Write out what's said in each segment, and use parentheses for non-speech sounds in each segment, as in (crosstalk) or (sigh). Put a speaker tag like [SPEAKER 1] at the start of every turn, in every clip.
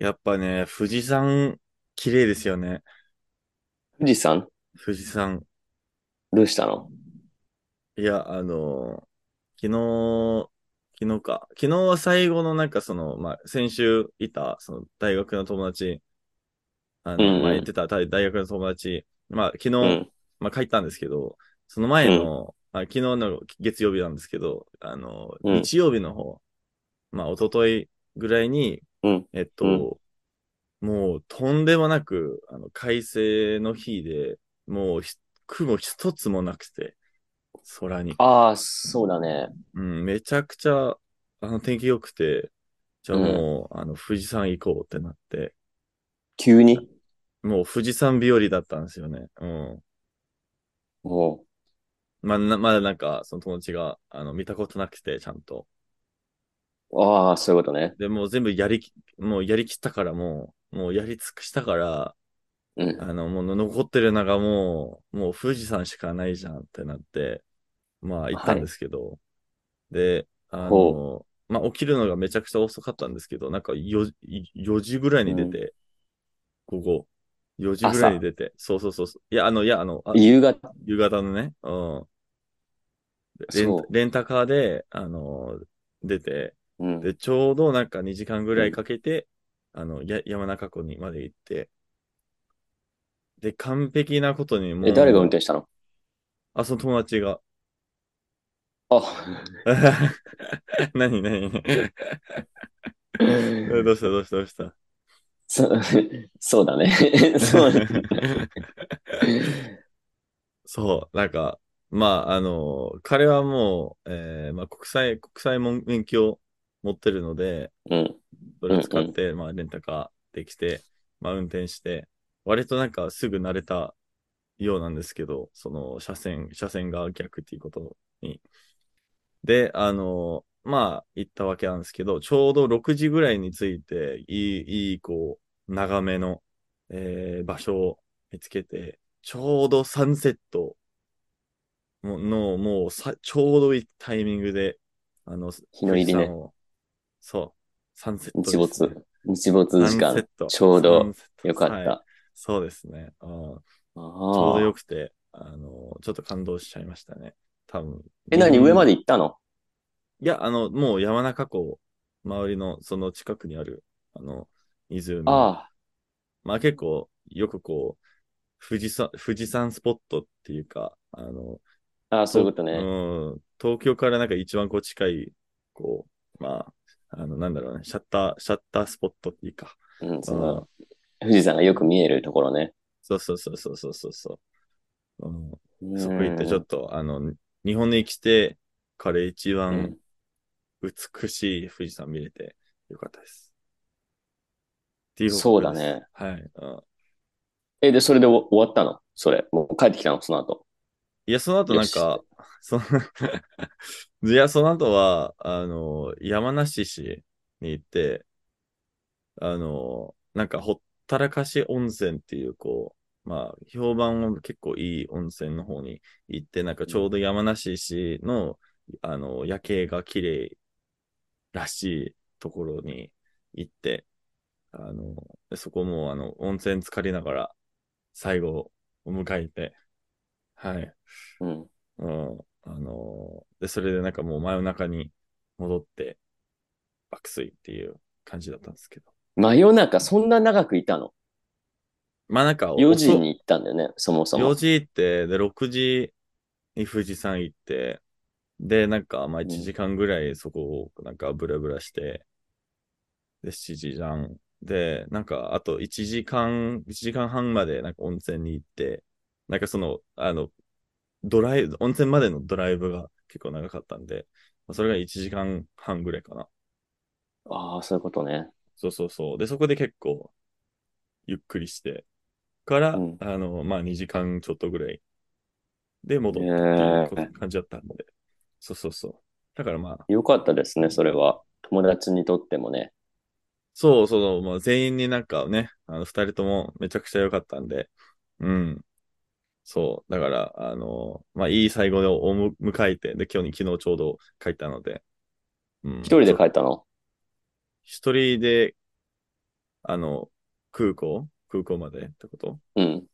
[SPEAKER 1] やっぱね、富士山、綺麗ですよね。
[SPEAKER 2] 富士山
[SPEAKER 1] 富士山。
[SPEAKER 2] どうしたの
[SPEAKER 1] いや、あのー昨日、昨日か。昨日は最後のなんかその、まあ、先週いた、その大学の友達、あ
[SPEAKER 2] うんう
[SPEAKER 1] の、
[SPEAKER 2] ん
[SPEAKER 1] 前言ってた大大学の友達、まあ、昨日、
[SPEAKER 2] うん。
[SPEAKER 1] まあ、帰ったんですけど、その前の、まあ、昨日の月曜日なんですけど、あのー
[SPEAKER 2] うん
[SPEAKER 1] 日曜日の方、まあ、一昨日ぐらいに、
[SPEAKER 2] うん。
[SPEAKER 1] えっと、もうとんでもなく、あの、快晴の日で、もうひ雲一つもなくて、空に。
[SPEAKER 2] ああ、そうだね。
[SPEAKER 1] うん、めちゃくちゃ、あの、天気良くて、じゃあもう、あの、富士山行こうってなって、
[SPEAKER 2] 急に
[SPEAKER 1] もう富士山日和だったんですよね。うん。
[SPEAKER 2] も
[SPEAKER 1] まあ、なまだなんか、その友達が、あの、見たことなくて、ちゃんと。
[SPEAKER 2] う、ああ、そういうことね。
[SPEAKER 1] で、もう全部やりき、もうやりきったから、もう、もうやり尽くしたから、
[SPEAKER 2] うん。
[SPEAKER 1] あの、もう残ってるのがもう、もう富士山しかないじゃんってなって、まあ行ったんですけど、で、あの
[SPEAKER 2] ほ、
[SPEAKER 1] まあ起きるのがめちゃくちゃ遅かったんですけど、なんか 4, 4時ぐらいに出て、午後、4時ぐらいに出て、そうそうそうそう、いや、あの、いや、あの、あ
[SPEAKER 2] 夕方。
[SPEAKER 1] 夕方のね、うん。レン
[SPEAKER 2] そう
[SPEAKER 1] レンタカーで、あの、出て、
[SPEAKER 2] うん。
[SPEAKER 1] で、ちょうどなんか2時間ぐらいかけて、あの、や、山中湖にまで行って、で、完璧なことにもう、
[SPEAKER 2] え、誰が運転したの
[SPEAKER 1] あ、その友達が。 (laughs)
[SPEAKER 2] あ、
[SPEAKER 1] 何何
[SPEAKER 2] (laughs)
[SPEAKER 1] どうしたどうしたどうした
[SPEAKER 2] そ、 (laughs) そ
[SPEAKER 1] (laughs)
[SPEAKER 2] うだね。そうだね。
[SPEAKER 1] そう、なんか、まあ、あの、彼はもう、えーまあ、国際、国際門免許を持ってるので、
[SPEAKER 2] うん。
[SPEAKER 1] それを使って、まあ、レンタカーできて、まあ、運転して、割となんかすぐ慣れたようなんですけど、その車線、車線が逆っていうことに。で、あの、まあ、行ったわけなんですけど、ちょうど6時ぐらいに着いて、いい、いい、こう、長めの、えー場所を見つけて、ちょうどサンセットの、のもうさ、ちょうどいいタイミングで、あの、
[SPEAKER 2] 日の入りね
[SPEAKER 1] 富士山をそう、サンセットです、ね。
[SPEAKER 2] 日没、日没時
[SPEAKER 1] サンセ
[SPEAKER 2] 間
[SPEAKER 1] ッ。ト
[SPEAKER 2] ちょ
[SPEAKER 1] サ
[SPEAKER 2] う
[SPEAKER 1] ン
[SPEAKER 2] ど
[SPEAKER 1] セット
[SPEAKER 2] よかっ
[SPEAKER 1] はい
[SPEAKER 2] た。
[SPEAKER 1] そうですね。あーち
[SPEAKER 2] あ
[SPEAKER 1] ょうど
[SPEAKER 2] あ
[SPEAKER 1] よ。くて、あの、ちょっと感動しちゃいましたね。多分。
[SPEAKER 2] え、何上ま
[SPEAKER 1] で
[SPEAKER 2] で行ったの
[SPEAKER 1] いや、あの、もう山中湖、周りの、その近くにある、あの、湖。
[SPEAKER 2] あ
[SPEAKER 1] まあ結構、よくこう、富士山、富士山スポットっていうか、あの、
[SPEAKER 2] あ、ああ、そういうことね。
[SPEAKER 1] うん、東京からなんか一番こう近い、こう、まあ、あの、なんだろうね、シャッター、シャッタースポットっていうか、
[SPEAKER 2] うん、そ
[SPEAKER 1] うん
[SPEAKER 2] の、富士山がよく見えるところね。
[SPEAKER 1] そうそうそうそうそうそうそう、うん。そこ
[SPEAKER 2] う
[SPEAKER 1] 行って、ちょっ
[SPEAKER 2] ん。
[SPEAKER 1] と、あの、日本に来て、彼一
[SPEAKER 2] う
[SPEAKER 1] 番
[SPEAKER 2] ん。
[SPEAKER 1] 美しい富士山見れてよかったです。っていう
[SPEAKER 2] そ
[SPEAKER 1] 報
[SPEAKER 2] うだ
[SPEAKER 1] 告です。
[SPEAKER 2] ね。
[SPEAKER 1] はい。うん
[SPEAKER 2] え、で、それで終終わったのそれ。もう帰ってきたのその後。
[SPEAKER 1] いや、その後なんか、その (laughs) いや、その後は、あの、山梨市に行って、あの、なんか、ほったらかし温泉っていう、こう、まあ、評判は結構いい温泉の方に行って、なんかちょうど山梨市の、あの、夜景が綺麗らしいところに行って、あの、でそこも、あの、温泉浸かりながら、最後を迎えて、はい。
[SPEAKER 2] うん。
[SPEAKER 1] うん。あのーで、それでなんかもう真夜中に戻って、爆睡っていう感じだったんですけど。
[SPEAKER 2] 真夜中、そんな長くいたの
[SPEAKER 1] まあなんか、
[SPEAKER 2] ?4 時に行ったんだよね、そもそ
[SPEAKER 1] 4
[SPEAKER 2] も。
[SPEAKER 1] 時行って、で、6時に富士山行って、で、なんか、まあ1
[SPEAKER 2] ん
[SPEAKER 1] 時間ぐらいそこをなんかブラブラして、で、7時じゃん。で、なんか、あと1時間、1時間半までなんか温泉に行って、なんかその、あの、ドライブ、温泉までのドライブが結構長かったんで、まあそれが1時間半ぐらいかな。
[SPEAKER 2] ああ、そういうことね。
[SPEAKER 1] そうそうそう。で、そこで結構、ゆっくりして、から、
[SPEAKER 2] うん
[SPEAKER 1] あの、まあ、2時間ちょっとぐらいで戻ったっていう
[SPEAKER 2] え
[SPEAKER 1] こ感じだったんで、そうそうそう。だからまあ、
[SPEAKER 2] えよかったですね、それは。友達にとってもね。
[SPEAKER 1] そうそう、まあ、全員になんかね、あの、2人ともめちゃくちゃ良かったんで、うん。そう。だから、あの、まあ、いい最後をむ迎えて、で、今日に昨日ちょうど帰ったので、うん。
[SPEAKER 2] 一人で帰ったの
[SPEAKER 1] 一人であの、空港空港までってこと
[SPEAKER 2] うん。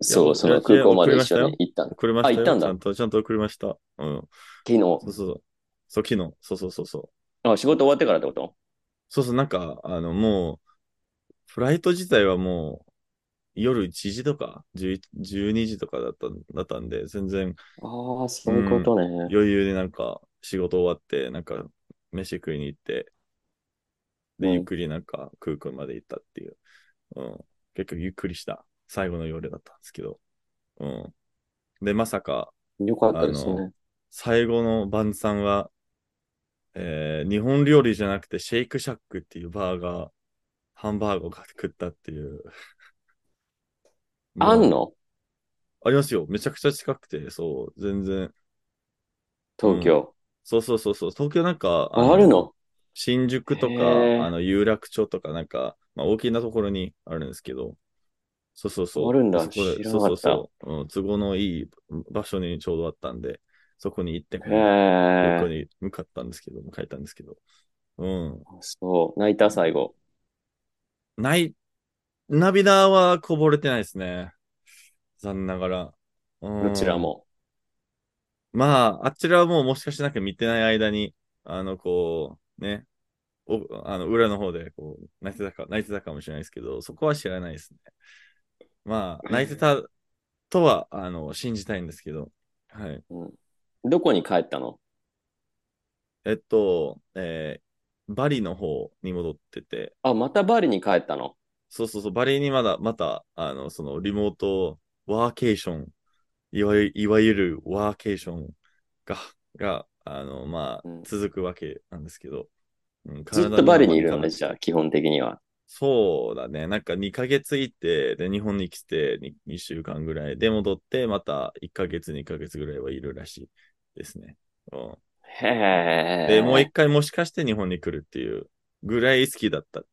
[SPEAKER 2] そう、その
[SPEAKER 1] 僕いや
[SPEAKER 2] 空港ま
[SPEAKER 1] 送
[SPEAKER 2] で
[SPEAKER 1] りまし
[SPEAKER 2] 一
[SPEAKER 1] たよ
[SPEAKER 2] 緒に行ったの。
[SPEAKER 1] 送りましたよ
[SPEAKER 2] あ行ったんだ
[SPEAKER 1] ちゃんと、ちゃんと送りました。うん。
[SPEAKER 2] 昨日
[SPEAKER 1] そ。うそうそう。そう、昨日。そうそうそうそう。
[SPEAKER 2] あ、仕事終わってからってこと
[SPEAKER 1] そうそう、なんか、あの、もう、フライト自体はもう、夜1時とか、11 12時とかだっただったんで、全然
[SPEAKER 2] ああ、そういうことね。
[SPEAKER 1] 余裕でなんか仕事終わって、なんか飯食いに行って、で、
[SPEAKER 2] うん
[SPEAKER 1] ゆっくりなんか空港まで行ったっていう。うん。結局ゆっくりした。最後の夜だったんですけど。うん。で、まさか、
[SPEAKER 2] よかったですね。
[SPEAKER 1] 最後の晩餐は、えー日本料理じゃなくてシェイクシャックっていうバーガー、ハンバーガーを食ったっていう。
[SPEAKER 2] (laughs) あん
[SPEAKER 1] もう
[SPEAKER 2] の
[SPEAKER 1] ありますよ。めちゃくちゃ近くて、そう、全然。
[SPEAKER 2] 東京。
[SPEAKER 1] そうそうそうそう。東京なんか、
[SPEAKER 2] ああるの
[SPEAKER 1] 新宿と
[SPEAKER 2] へ
[SPEAKER 1] か、
[SPEAKER 2] ー
[SPEAKER 1] あの、有楽町とか、なんか、まあ、大きなところにあるんですけど、そうそうそう。
[SPEAKER 2] あるんだ
[SPEAKER 1] そこで
[SPEAKER 2] 知らなか
[SPEAKER 1] そう
[SPEAKER 2] った
[SPEAKER 1] そうそう、うん。都合のいい場所にちょうどあったんで、そこに行って、
[SPEAKER 2] へ
[SPEAKER 1] 旅行
[SPEAKER 2] え。
[SPEAKER 1] に向かったんですけど、向かったんですけど。うん。
[SPEAKER 2] そう、泣いた最後。
[SPEAKER 1] ない、涙はこぼれてないですね。残念ながら。うん
[SPEAKER 2] どちら。も。
[SPEAKER 1] まあ、あちらはもうもしかしなく見てない間に、あの、こう、ね、おあの裏の方でこう泣いてたか、泣いてたかもしれないですけど、そこは知らないですね。まあ、泣いてたとは、あの、信じたいんですけど、はい。
[SPEAKER 2] どこに帰ったの
[SPEAKER 1] えっと、えーバリの方に戻ってて、
[SPEAKER 2] あ、またバリに帰ったの
[SPEAKER 1] そうそうそう、バリにまだ、また、あの、その、リモートワーケーション、いわゆいわゆるワーケーションが、が、あの、まあ
[SPEAKER 2] うん、
[SPEAKER 1] 続くわけなんですけど、うん
[SPEAKER 2] ずっとバリにいるの
[SPEAKER 1] 体
[SPEAKER 2] ね、じゃあ、基本的には。
[SPEAKER 1] そうだね。なんか2ヶ月行って、で、日本に来てに 2, 週間ぐらいで戻って、また1ヶ月、2ヶ月ぐらいはいるらしいですね。うん、
[SPEAKER 2] へえ。
[SPEAKER 1] で、もう一回もしかして日本に来るっていうぐらい好きだったって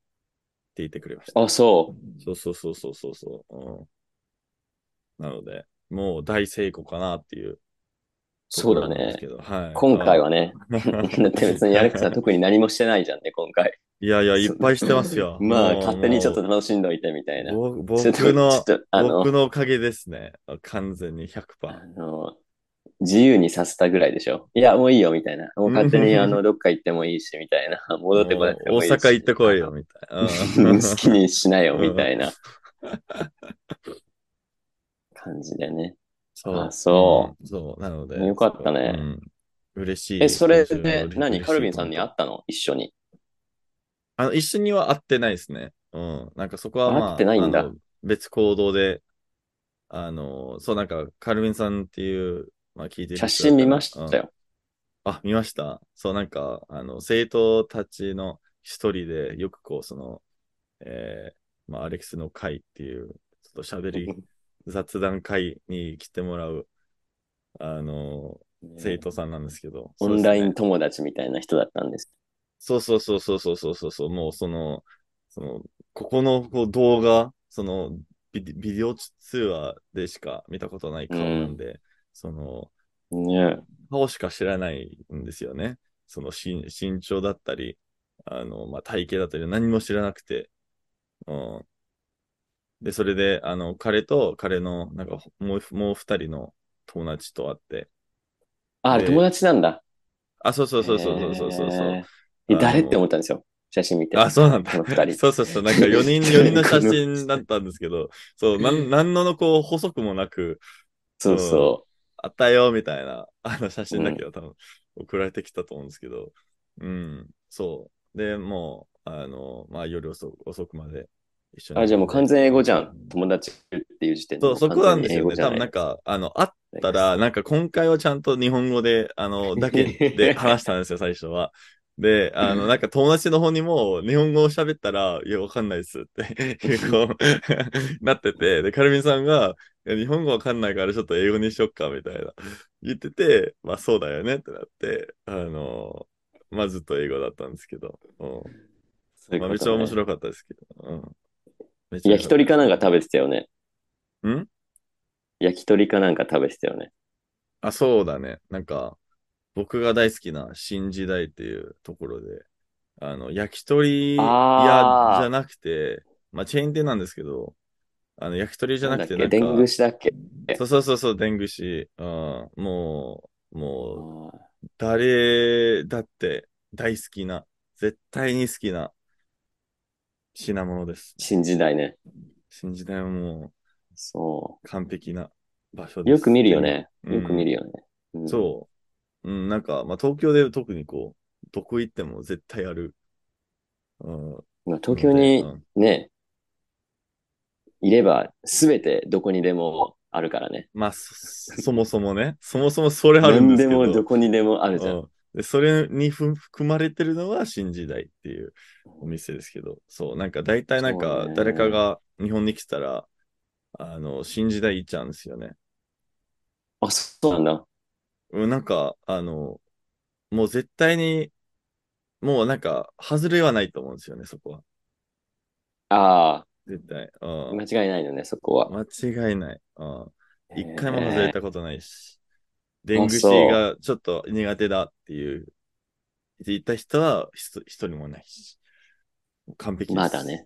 [SPEAKER 1] 言ってくれました。
[SPEAKER 2] あ、そ
[SPEAKER 1] そうそうそうそうそうそう、うん。なので、もう大成功かなっていう
[SPEAKER 2] う。
[SPEAKER 1] と
[SPEAKER 2] そ
[SPEAKER 1] こ
[SPEAKER 2] う
[SPEAKER 1] ろ
[SPEAKER 2] だ
[SPEAKER 1] なんです
[SPEAKER 2] ね。
[SPEAKER 1] けど。はい。
[SPEAKER 2] 今回はね。
[SPEAKER 1] うん。
[SPEAKER 2] だって別にやるくさん特に何もしてないじゃんね、今回。。
[SPEAKER 1] (laughs) いやいや、いっぱいしてますよ
[SPEAKER 2] (laughs) まあ、
[SPEAKER 1] もう
[SPEAKER 2] 勝手にちょっと楽しんどいてみたいな。
[SPEAKER 1] もうぼ
[SPEAKER 2] ちょっと、
[SPEAKER 1] 僕の、
[SPEAKER 2] ちょっと、あの
[SPEAKER 1] 僕、のおかげですね。完全に100%。
[SPEAKER 2] あの、自由にさせたぐらいでしょ。いや、もういいよ、みたいな。もう勝手に、あの、どっか行ってもいいし、みた
[SPEAKER 1] (laughs)
[SPEAKER 2] いな。戻ってこなくて
[SPEAKER 1] も
[SPEAKER 2] も
[SPEAKER 1] う
[SPEAKER 2] いいし。
[SPEAKER 1] 大阪行ってこい
[SPEAKER 2] (laughs)
[SPEAKER 1] よ、。みたいな。うん
[SPEAKER 2] 好きにしなよ、みたいな
[SPEAKER 1] うん
[SPEAKER 2] 感じでね。
[SPEAKER 1] そ。
[SPEAKER 2] あそう
[SPEAKER 1] うんそう、なので。
[SPEAKER 2] よかったね
[SPEAKER 1] うん嬉しい。
[SPEAKER 2] え、それ
[SPEAKER 1] 今週の
[SPEAKER 2] で
[SPEAKER 1] 嬉しい
[SPEAKER 2] 何カルビンさんに会
[SPEAKER 1] コメン
[SPEAKER 2] ったの一緒に。
[SPEAKER 1] トあの、一緒には会ってないですね。うん。なんかそこはまあ、
[SPEAKER 2] 会ってないんだ
[SPEAKER 1] あの別行動で、あの、そう、なんか、カルビンさんっていう、まあ、聞いてる人
[SPEAKER 2] 写真見まし
[SPEAKER 1] うん
[SPEAKER 2] たよ。
[SPEAKER 1] あ、見ました。そう、なんか、あの、生徒たちの一人で、よくこう、その、えー、まあ、アレックスの会っていう、ちょっと喋り、
[SPEAKER 2] (laughs)
[SPEAKER 1] 雑談会に来てもらう、あの、生徒さんなんですけど。
[SPEAKER 2] オンライ
[SPEAKER 1] そうです
[SPEAKER 2] ン
[SPEAKER 1] ね
[SPEAKER 2] 友達みたいな人だったんです。
[SPEAKER 1] そうそうそうそうそうそうそうそう、もうその、その、ここのこう動画、そのビデ、ビデオ通話でしか見たことない顔なんで、その、
[SPEAKER 2] ね
[SPEAKER 1] 顔しか知らないんですよね。その身身長だったり、あの、まあ、体型だったり、何も知らなくて。うん。で、それで、あの、彼と彼の、なんか、もう、もう二人の友達と会って。
[SPEAKER 2] あ、
[SPEAKER 1] で
[SPEAKER 2] 友達なんだ。
[SPEAKER 1] あ、そうそうそうそうそうそうそうそう。
[SPEAKER 2] へーえ誰って思ったんですよ。写真見て。
[SPEAKER 1] あ、そうなんだ
[SPEAKER 2] この二。人。
[SPEAKER 1] そうそうそう。なんか4人、
[SPEAKER 2] (laughs)
[SPEAKER 1] 四人の写真だったんですけど、そう、なん、なんののこう、細くもなく、
[SPEAKER 2] そうそ
[SPEAKER 1] あったよ、みたいな、あの写真だけど、多分、送られてきたと思うんですけど、うん、そう。で、もう、あの、まあ、夜遅く遅くまで一緒
[SPEAKER 2] う。
[SPEAKER 1] に。
[SPEAKER 2] あ、じゃあもう完全英語じゃん。友達っていう時点で
[SPEAKER 1] そ
[SPEAKER 2] も
[SPEAKER 1] う、
[SPEAKER 2] う
[SPEAKER 1] そこなんですよね。
[SPEAKER 2] 完全に英語じゃ
[SPEAKER 1] 多分なんか、あの、会っ
[SPEAKER 2] い
[SPEAKER 1] たら、なんか今回はちゃんと日本語で、あ (laughs) の、だけで話したんですよ、最初は。で、あの、なんか友達の方にも、日本語を喋ったら、いや、わかんないっす (laughs) って、こう、なってて、で、カルミンさんが、いや日本語わかんないからちょっと英語にしよっか、みたいな、言ってて、まあそうだよねってなって、あの、まあずっと英語だったんですけど、う
[SPEAKER 2] そう
[SPEAKER 1] ん。
[SPEAKER 2] いう
[SPEAKER 1] まあ
[SPEAKER 2] こ
[SPEAKER 1] めっちゃ
[SPEAKER 2] とね
[SPEAKER 1] 面白かったですけど、うん。めっちゃ
[SPEAKER 2] 焼き鳥かなんか食べてたよね。
[SPEAKER 1] ん
[SPEAKER 2] 焼き鳥かなんか食べてたよね。
[SPEAKER 1] あ、そうだね。なんか、僕が大好きな新時代っていうところで、あの、焼き鳥屋じ
[SPEAKER 2] あー
[SPEAKER 1] ゃなくて、まあ、チェーン店なんですけど、あの、焼き鳥じゃ
[SPEAKER 2] なん
[SPEAKER 1] な
[SPEAKER 2] だっ
[SPEAKER 1] くて
[SPEAKER 2] け
[SPEAKER 1] なんか、
[SPEAKER 2] でんぐしだっけ
[SPEAKER 1] そうそうそうそう、でんぐし。うん、もう、もう、
[SPEAKER 2] あ
[SPEAKER 1] 誰だって大好きな、絶対に好きな品物です
[SPEAKER 2] ー。新時代ね。
[SPEAKER 1] 新時代はも
[SPEAKER 2] そう
[SPEAKER 1] 完璧な場所
[SPEAKER 2] う。
[SPEAKER 1] です。
[SPEAKER 2] よく見るよ。ね。
[SPEAKER 1] うん
[SPEAKER 2] よく見るよね。うん
[SPEAKER 1] そう。うん、なんか、まあ、東京で特にこう、どこ行っても絶対ある。うん、
[SPEAKER 2] まあ東京に
[SPEAKER 1] うん
[SPEAKER 2] ね、いればすべてどこにでもあるからね。
[SPEAKER 1] まあそ、 (laughs) そもそもね、そもそもそれあるん
[SPEAKER 2] 何
[SPEAKER 1] で
[SPEAKER 2] です
[SPEAKER 1] けど。
[SPEAKER 2] もどこにでもあるじゃ。
[SPEAKER 1] うんんでそれにふ含まれてるのは新時代っていうお店ですけど、そう、なんか大体なん
[SPEAKER 2] そう
[SPEAKER 1] か
[SPEAKER 2] ね
[SPEAKER 1] 誰かが日本に来たら、あの、新時代行っちゃうんですよね。
[SPEAKER 2] あ、そうなんだ。
[SPEAKER 1] うんなんか、あの、もう絶対に、もうなんか、外れはないと思うんですよね、そこは。
[SPEAKER 2] あ
[SPEAKER 1] 絶対。う
[SPEAKER 2] あ、
[SPEAKER 1] ん
[SPEAKER 2] 間違いないよね、そこは。
[SPEAKER 1] 間違いない。うん一回も
[SPEAKER 2] へー
[SPEAKER 1] 外れたことないし。でんぐし
[SPEAKER 2] そう
[SPEAKER 1] がちょっと苦手だっていう、って言った人はひと一人もないし。完璧です。
[SPEAKER 2] まだね。。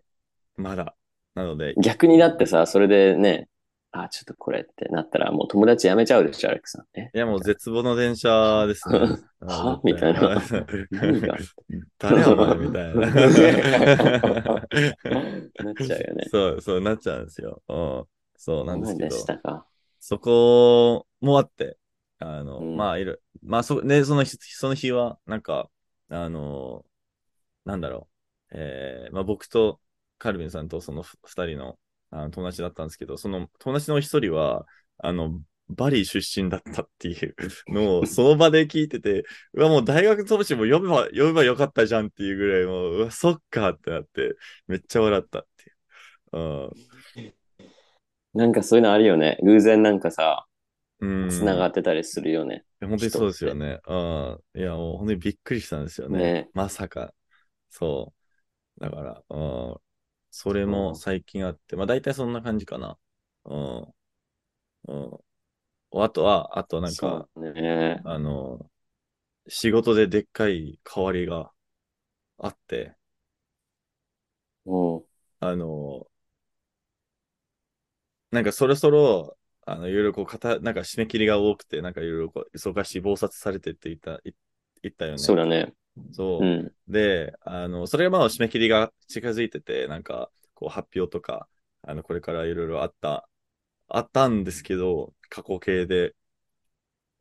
[SPEAKER 1] まだ。なので、
[SPEAKER 2] 逆にだってさ、それでね、あ、ちょっとこれってなったら、もう友達辞めちゃうでしょ、アレックさん。え
[SPEAKER 1] (laughs) いやもう絶望の電車ですね。
[SPEAKER 2] (laughs) は
[SPEAKER 1] うん
[SPEAKER 2] みたいな。何が
[SPEAKER 1] 誰やお前み
[SPEAKER 2] (laughs)
[SPEAKER 1] たい (laughs) な。
[SPEAKER 2] なっちゃうよね。
[SPEAKER 1] そう、そうなっちゃうんですよ。うん、そうなんです
[SPEAKER 2] 思
[SPEAKER 1] け
[SPEAKER 2] い出
[SPEAKER 1] ど
[SPEAKER 2] し。たか。
[SPEAKER 1] そこもあって、あの、
[SPEAKER 2] うん
[SPEAKER 1] まあ、いる、まあ、そ、ね、その日、その日は、なんか、あの、なんだろう、えーまあ、僕とカルビンさんとそのふ二人のあの友達だったんですけど、その友達の一人は、あの、バリ出身だったっていう
[SPEAKER 2] (laughs)
[SPEAKER 1] のを、その場で聞いてて、うわ、もう大学当時も呼べば、呼べばよかったじゃんっていうぐらいの、うわ、そっかってなって、めっちゃ笑ったっていう。うん
[SPEAKER 2] なんかそういうのあるよね。偶然なんかさ、
[SPEAKER 1] うん。
[SPEAKER 2] 繋がってたりするよね。
[SPEAKER 1] いや本当にそうですよね。うん。いや、もう本当にびっくりしたんですよね。
[SPEAKER 2] ね
[SPEAKER 1] まさか。そう。だから、うん。それも最近あって、まあ大体そんな感じかな。うん。うん。あとは、あとなんか、
[SPEAKER 2] そうね。
[SPEAKER 1] あの、仕事ででっかい変わりがあって、
[SPEAKER 2] も
[SPEAKER 1] あの、なんかそろそろ、あの、いろいろこう、かた、なんか締め切りが多くて、なんかいろいろこう、忙しい、忙殺されてって言った、い言ったよね。
[SPEAKER 2] う、そうだね。
[SPEAKER 1] そうう。
[SPEAKER 2] ん。
[SPEAKER 1] で、あの、それがまあ締め切りが近づいてて、なんか、こう発表とか、あの、これからいろいろあった、あったんですけど、過去形で、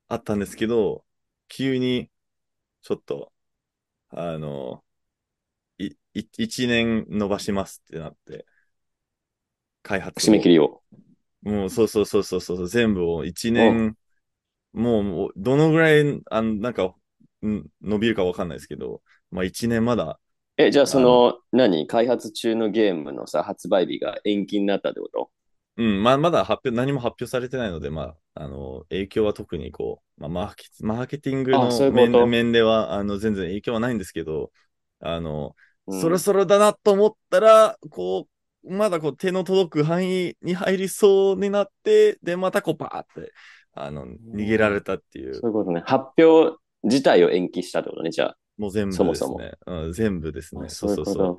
[SPEAKER 1] あったんですけど、急に、ちょっと、あの、い、い、一年伸ばしますってなって、開発
[SPEAKER 2] 締め切
[SPEAKER 1] り。
[SPEAKER 2] りを。
[SPEAKER 1] もう、そうそうそうそうそう、全部を一年、もう、もうどのぐらい、あの、なんか、ん伸びるかわかんないですけど、まあ一年まだ、
[SPEAKER 2] え、じゃあその、何開発中のゲームのさ、発売日が延期になったってこと
[SPEAKER 1] うん、まあ、まだ発表、何も発表されてないので、まあ、あの、影響は特にこう、まあ、マーケ、マーケティング
[SPEAKER 2] あそうい
[SPEAKER 1] の
[SPEAKER 2] うこと
[SPEAKER 1] 面、面では、あの、全然影響はないんですけど、あの、
[SPEAKER 2] うん
[SPEAKER 1] そろそろだなと思ったら、こう、まだこう、手の届く範囲に入りそうになって、で、またこう、バーって、あの、逃げられたっていう
[SPEAKER 2] そ、ういうことね。発表自体を延期したってことね、じゃあ。
[SPEAKER 1] もう全部
[SPEAKER 2] そも
[SPEAKER 1] です
[SPEAKER 2] そも
[SPEAKER 1] ね。うん、全部です
[SPEAKER 2] あ
[SPEAKER 1] ね。
[SPEAKER 2] そういうこ
[SPEAKER 1] そうそう。
[SPEAKER 2] と。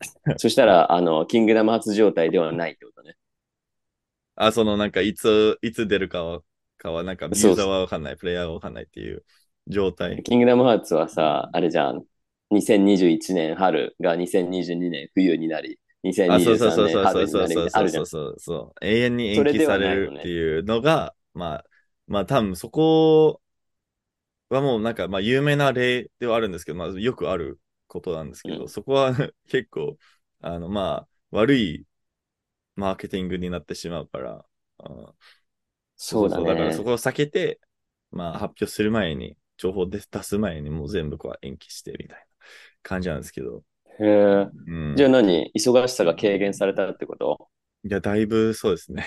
[SPEAKER 2] (laughs) そしたら、あの、キングダム発状態ではないってことね。
[SPEAKER 1] あ、そのなんかいつ、いつ出るかは、かはなんかユ
[SPEAKER 2] そう
[SPEAKER 1] ーザーはわかんない、プレイヤーはわかんないっていう状態。
[SPEAKER 2] キングダムハーツはさ、あれじゃん。2021年春が2022年冬になり、
[SPEAKER 1] あ、そうそうそ
[SPEAKER 2] 2023
[SPEAKER 1] うそ
[SPEAKER 2] 年
[SPEAKER 1] うそうそう
[SPEAKER 2] 春になりみたいな、あるじ
[SPEAKER 1] そ
[SPEAKER 2] ゃん
[SPEAKER 1] う。そうそう。永遠に
[SPEAKER 2] そ
[SPEAKER 1] 延
[SPEAKER 2] れ
[SPEAKER 1] 期
[SPEAKER 2] で
[SPEAKER 1] さ
[SPEAKER 2] はない
[SPEAKER 1] れ
[SPEAKER 2] よね
[SPEAKER 1] るっていうのが、まあ、まあ多分そこはもうなんか、まあ有名な例ではあるんですけど、まあよくあることなんですけど、
[SPEAKER 2] うん
[SPEAKER 1] そこは (laughs) 結構、あの、まあ、悪いマーケティングになってしまうから、うん
[SPEAKER 2] そうだ
[SPEAKER 1] だからそ
[SPEAKER 2] ね。
[SPEAKER 1] こを避けて、まあ発表する前に、情報で出す前にもう全部こう延期してみたいな感じなんですけど、
[SPEAKER 2] へー
[SPEAKER 1] うん。
[SPEAKER 2] じゃあ何忙しさが軽減されたってこと
[SPEAKER 1] いや、だいぶそうですね。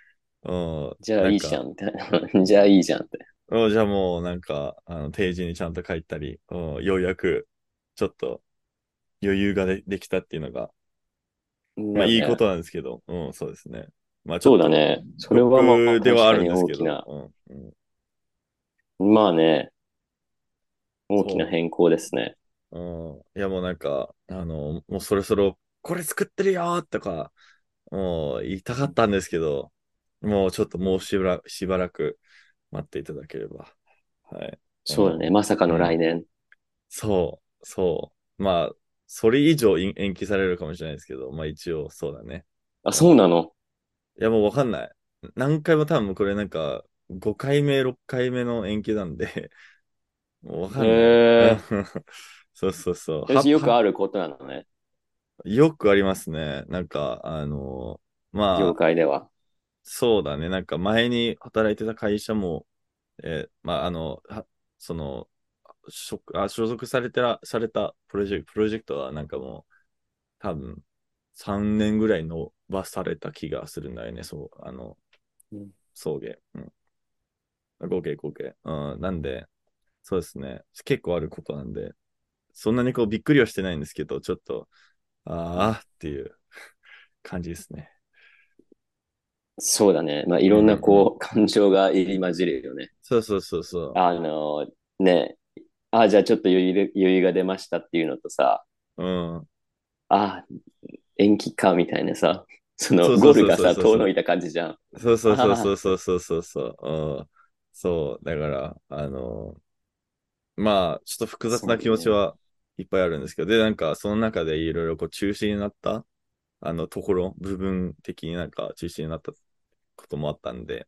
[SPEAKER 1] (laughs) うん
[SPEAKER 2] じゃあいいじ
[SPEAKER 1] な
[SPEAKER 2] ゃ
[SPEAKER 1] んか
[SPEAKER 2] んみたいな。 (laughs) じゃあいいじゃんって。
[SPEAKER 1] うん。じゃあもうなんか、あの、定時にちゃんと書いたり、うん、ようやく、ちょっと、余裕がでできたっていうのが、まあいいことなんですけど、うん、そうですね。まあち
[SPEAKER 2] そ
[SPEAKER 1] ょ
[SPEAKER 2] う
[SPEAKER 1] っと、
[SPEAKER 2] だね。それはまあ、
[SPEAKER 1] 僕ではあるんですけ
[SPEAKER 2] 確かに大
[SPEAKER 1] ど、うんうん
[SPEAKER 2] きな。まあね。大きな変更ですね。
[SPEAKER 1] うん、いやもうなんか、あの、もうそろそろこれ作ってるよとか、もう言いたかったんですけど、もうちょっともうしばらしばらく待っていただければ。はい。
[SPEAKER 2] そうだね。まさかの来年。
[SPEAKER 1] そう、そう。まあ、それ以上い延期されるかもしれないですけど、まあ一応そうだね。
[SPEAKER 2] あ、そうなの
[SPEAKER 1] いやもうわかんない。何回も多分これなんか5回目、6回目の延期なんで、 (laughs) もうわかんない。
[SPEAKER 2] へ
[SPEAKER 1] (laughs) そうそうそう。
[SPEAKER 2] 私よ
[SPEAKER 1] は
[SPEAKER 2] くあることなのね。
[SPEAKER 1] よくありますね。なんか、あのまあ、
[SPEAKER 2] 業界では。
[SPEAKER 1] そうだね。なんか前に働いてた会社も、えーまあ、あの、はその、所あ所属されてら、されたプロジェクト、プロジェクトはなんかもう、多分、3年ぐらい伸ばされた気がするんだよね。そう、あの
[SPEAKER 2] うん、
[SPEAKER 1] 送迎。うん。合計合計。うん。なんで、そうですね。結構あることなんで、そんなにこうびっくりはしてないんですけど、ちょっと、ああっていう感じですね。
[SPEAKER 2] そうだね。まあ、いろんなこう、感情が入り混じるよね。
[SPEAKER 1] そうそうそうそう。
[SPEAKER 2] あの、ね。あ、じゃあちょっと余裕で余裕が出ましたっていうのとさ、
[SPEAKER 1] うん。
[SPEAKER 2] あ、延期かみたいなさ、そ
[SPEAKER 1] そう
[SPEAKER 2] の
[SPEAKER 1] そう
[SPEAKER 2] ゴ
[SPEAKER 1] そう
[SPEAKER 2] ル
[SPEAKER 1] そう
[SPEAKER 2] が
[SPEAKER 1] そう
[SPEAKER 2] さ、遠のいた感じじゃん。
[SPEAKER 1] そうそうそうそうそうそうそうそう。うん。そう。だから、あのまあ、ちょっと複雑な気持ちはいっぱいあるんですけど、で、なんか、その中でいろいろこう中止になった、あの、ところ、部分的になんか中止になったこともあったんで、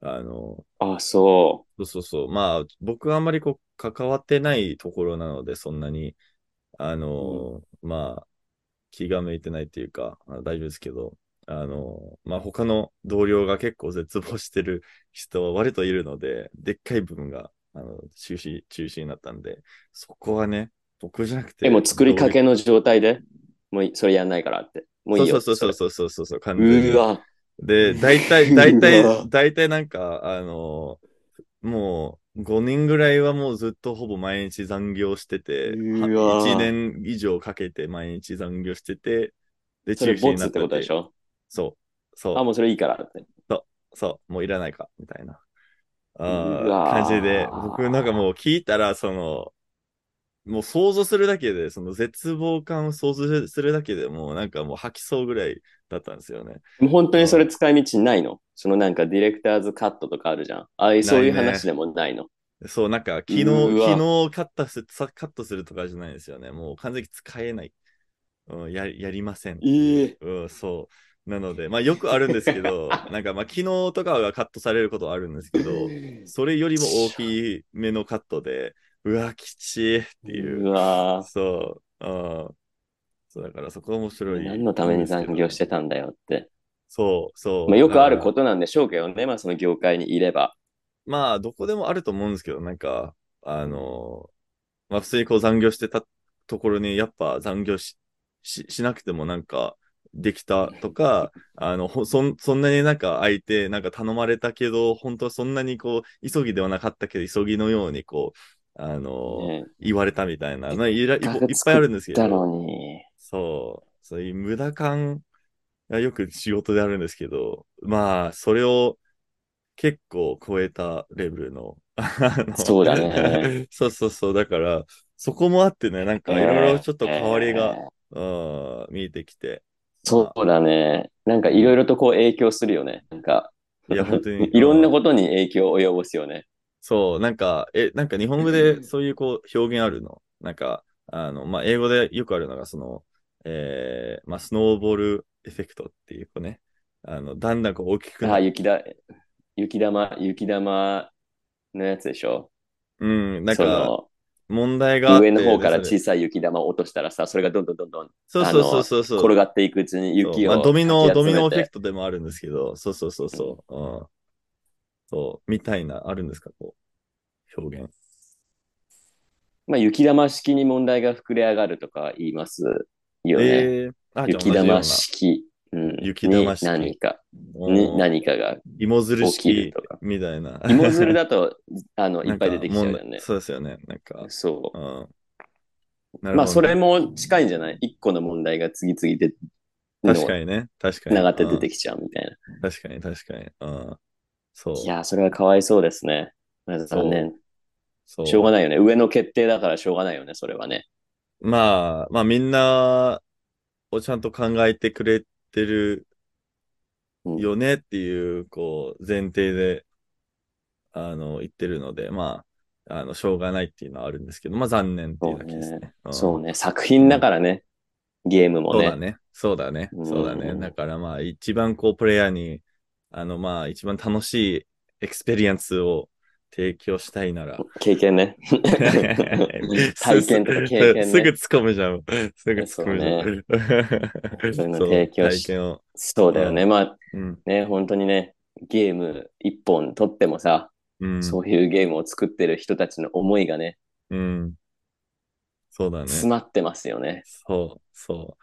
[SPEAKER 1] あの
[SPEAKER 2] あ、そ
[SPEAKER 1] そうそうそう。まあ、僕はあんまりこう、関わってないところなので、そんなに、あの、まあ、気が向いてないっていうか、あ大丈夫ですけど、あの、まあ、他の同僚が結構絶望してる人は割といるので、でっかい部分が、あの、中止、中止になったんで、そこはね、僕じゃなく
[SPEAKER 2] う。
[SPEAKER 1] て。
[SPEAKER 2] でも作りかけの状態で、もういそれやんないからって。もういいよ。
[SPEAKER 1] そうそうそうそうそうそうそう、完
[SPEAKER 2] それ
[SPEAKER 1] 全に
[SPEAKER 2] うわ。
[SPEAKER 1] で、大体、大
[SPEAKER 2] (laughs) う
[SPEAKER 1] 体
[SPEAKER 2] わ、
[SPEAKER 1] 大体なんか、あの、もう5年ぐらいはもうずっとほぼ毎日残業してて、
[SPEAKER 2] うわ
[SPEAKER 1] 1年以上かけて毎日残業してて、で、
[SPEAKER 2] それ
[SPEAKER 1] 中止
[SPEAKER 2] ボ
[SPEAKER 1] にな
[SPEAKER 2] ツ
[SPEAKER 1] っ
[SPEAKER 2] ったてことでしょ
[SPEAKER 1] そう、そ
[SPEAKER 2] あ、もうそれいいからって。
[SPEAKER 1] う、そう、もういらないか、みたいな、あ
[SPEAKER 2] うわ
[SPEAKER 1] ー感じで、僕なんかもう聞いたら、その、もう想像するだけで、その絶望感を想像するだけでもうなんかもう吐きそうぐらいだったんですよね。
[SPEAKER 2] もう本当にそれ使い道ないのそのなんかディレクターズカットとかあるじゃん。ああいう、そういう
[SPEAKER 1] ないね
[SPEAKER 2] 話でもないの。
[SPEAKER 1] そう、なんか、昨日、
[SPEAKER 2] うーわ
[SPEAKER 1] 昨日カットすさカットするとかじゃないんですよね。もう完全に使えない。うん、ややりません。
[SPEAKER 2] ええ
[SPEAKER 1] うん、そう。なので、まあよくあるんですけ
[SPEAKER 2] (laughs)
[SPEAKER 1] ど、なんかまあ昨日とかはカットされることはあるんですけど、それよりも大きめのカットで、うわ、きちいっていう。
[SPEAKER 2] うわ
[SPEAKER 1] そう。うん。そう、だからそこは面白い。
[SPEAKER 2] 何のために残業して
[SPEAKER 1] た
[SPEAKER 2] たんだよって。
[SPEAKER 1] そう、そう。
[SPEAKER 2] まあ、よくある
[SPEAKER 1] と
[SPEAKER 2] ことなんでしょうけどね、まあその業界にいれば。
[SPEAKER 1] まあ、どこでもあると思うんですけど、なんか、あのまあ、普通にこう残業してたところに、やっぱ残業し、し、しなくてもなんか、できたとか、あの、ほそん、そんなになんか空いて、なんか頼まれたけど、本当はそんなにこう、急ぎではなかったけど、急ぎのようにこう、あの
[SPEAKER 2] ね
[SPEAKER 1] 言われたみたいな、まあいらいっぱい
[SPEAKER 2] せっかく
[SPEAKER 1] いっぱいあるんですけ
[SPEAKER 2] だ
[SPEAKER 1] ど、
[SPEAKER 2] のに。
[SPEAKER 1] そう、そういう無駄感がよく仕事であるんですけど、まあ、それを結構超えたレベルの、 (laughs) あの
[SPEAKER 2] そうだ
[SPEAKER 1] (laughs)
[SPEAKER 2] ね。
[SPEAKER 1] そうそうそう、だから、そこもあってね、なんかいろいろちょっと変わりが
[SPEAKER 2] え、
[SPEAKER 1] う
[SPEAKER 2] え
[SPEAKER 1] ん、見えてきて、
[SPEAKER 2] そうだね。なんかいろいろとこう影響するよね。なんか、
[SPEAKER 1] いや、本当に。
[SPEAKER 2] (laughs) いろんなことに影響を及ぼすよね。
[SPEAKER 1] そう、なんか、え、なんか日本語
[SPEAKER 2] う
[SPEAKER 1] で
[SPEAKER 2] ん
[SPEAKER 1] そういうこう表現あるのなんか、あの、まあ、英語でよくあるのが、その、えー、まあ、スノーボールエフェクトっていうこうね、あの、だんだんこう大きくな
[SPEAKER 2] あ、雪だ、雪玉、雪玉のやつでしょ。
[SPEAKER 1] うん、なん
[SPEAKER 2] そ
[SPEAKER 1] か、
[SPEAKER 2] の、
[SPEAKER 1] 問題があって、
[SPEAKER 2] 上の方から
[SPEAKER 1] でそれ
[SPEAKER 2] 小さい雪玉を落としたらさ、それがどんどんどんどん
[SPEAKER 1] そう
[SPEAKER 2] あ
[SPEAKER 1] そう
[SPEAKER 2] の
[SPEAKER 1] そうそうそう。
[SPEAKER 2] 転がっていくうちに
[SPEAKER 1] そう
[SPEAKER 2] 雪を
[SPEAKER 1] まあ、ドミノ、
[SPEAKER 2] かき
[SPEAKER 1] ド
[SPEAKER 2] 集め
[SPEAKER 1] ミ
[SPEAKER 2] て
[SPEAKER 1] ノエフェクトでもあるんですけど、そうそうそうそう。うん。そう、みたいな、あるんですか、こう、表現。
[SPEAKER 2] まあ、雪玉式に問題が膨れ上がるとか言いますよね。
[SPEAKER 1] えー、あ、じゃあ
[SPEAKER 2] 雪
[SPEAKER 1] 同じような
[SPEAKER 2] 玉式、うん、
[SPEAKER 1] 雪玉式
[SPEAKER 2] に何か、
[SPEAKER 1] おー
[SPEAKER 2] に何かが。
[SPEAKER 1] 芋づる
[SPEAKER 2] 起き
[SPEAKER 1] 式
[SPEAKER 2] るとか
[SPEAKER 1] みたいな。
[SPEAKER 2] 芋づるだと、あの、
[SPEAKER 1] (laughs)
[SPEAKER 2] い
[SPEAKER 1] な
[SPEAKER 2] っ
[SPEAKER 1] んか
[SPEAKER 2] ぱい出てきちゃうよ
[SPEAKER 1] もん
[SPEAKER 2] ね。
[SPEAKER 1] そうですよね。なんか、
[SPEAKER 2] そ
[SPEAKER 1] うん。なる
[SPEAKER 2] う。
[SPEAKER 1] ほどね
[SPEAKER 2] まあ、それも近いんじゃない一個の問題が次々で、
[SPEAKER 1] 確
[SPEAKER 2] に。
[SPEAKER 1] かにね。確かに。
[SPEAKER 2] 繋がって出て
[SPEAKER 1] き
[SPEAKER 2] きちゃうみたいな。
[SPEAKER 1] 確かに、確かに。うん。そう。
[SPEAKER 2] いやー、それはかわいそうですね。まあ残念。
[SPEAKER 1] そう
[SPEAKER 2] しょうがないよね。上の決定だからしょうがないよね、それはね。
[SPEAKER 1] まあ、まあみんな、をちゃんと考えてくれてる
[SPEAKER 2] うん
[SPEAKER 1] よねっていう、こう、前提で、あの、言ってるので、まあ、あの、しょうがないっていうのはあるんですけど、まあ残念っていうだけですね。ん
[SPEAKER 2] そうね、作品だからね、ゲームも
[SPEAKER 1] そう
[SPEAKER 2] ね。
[SPEAKER 1] だね。そうだね。
[SPEAKER 2] うん
[SPEAKER 1] そうだね。だからまあ、一番こう、プレイヤーに、あのまあ、一番楽しいエクスペリエンスを提供したいな
[SPEAKER 2] (laughs)
[SPEAKER 1] ら。。
[SPEAKER 2] 経験ね体験とか経験ね。
[SPEAKER 1] すぐ突っ (laughs) 込むじゃん。すぐ突っ込むじ (laughs) ゃん。
[SPEAKER 2] そういうの提供
[SPEAKER 1] そう体
[SPEAKER 2] し
[SPEAKER 1] 験を。
[SPEAKER 2] そうだよね。まあ
[SPEAKER 1] うん。
[SPEAKER 2] ね、本当にね、ゲーム一本取ってもさ、
[SPEAKER 1] うん。
[SPEAKER 2] そういうゲームを作ってる人たちの思いがね、
[SPEAKER 1] うん。そうだね。
[SPEAKER 2] 詰まってますよね。
[SPEAKER 1] そう、そ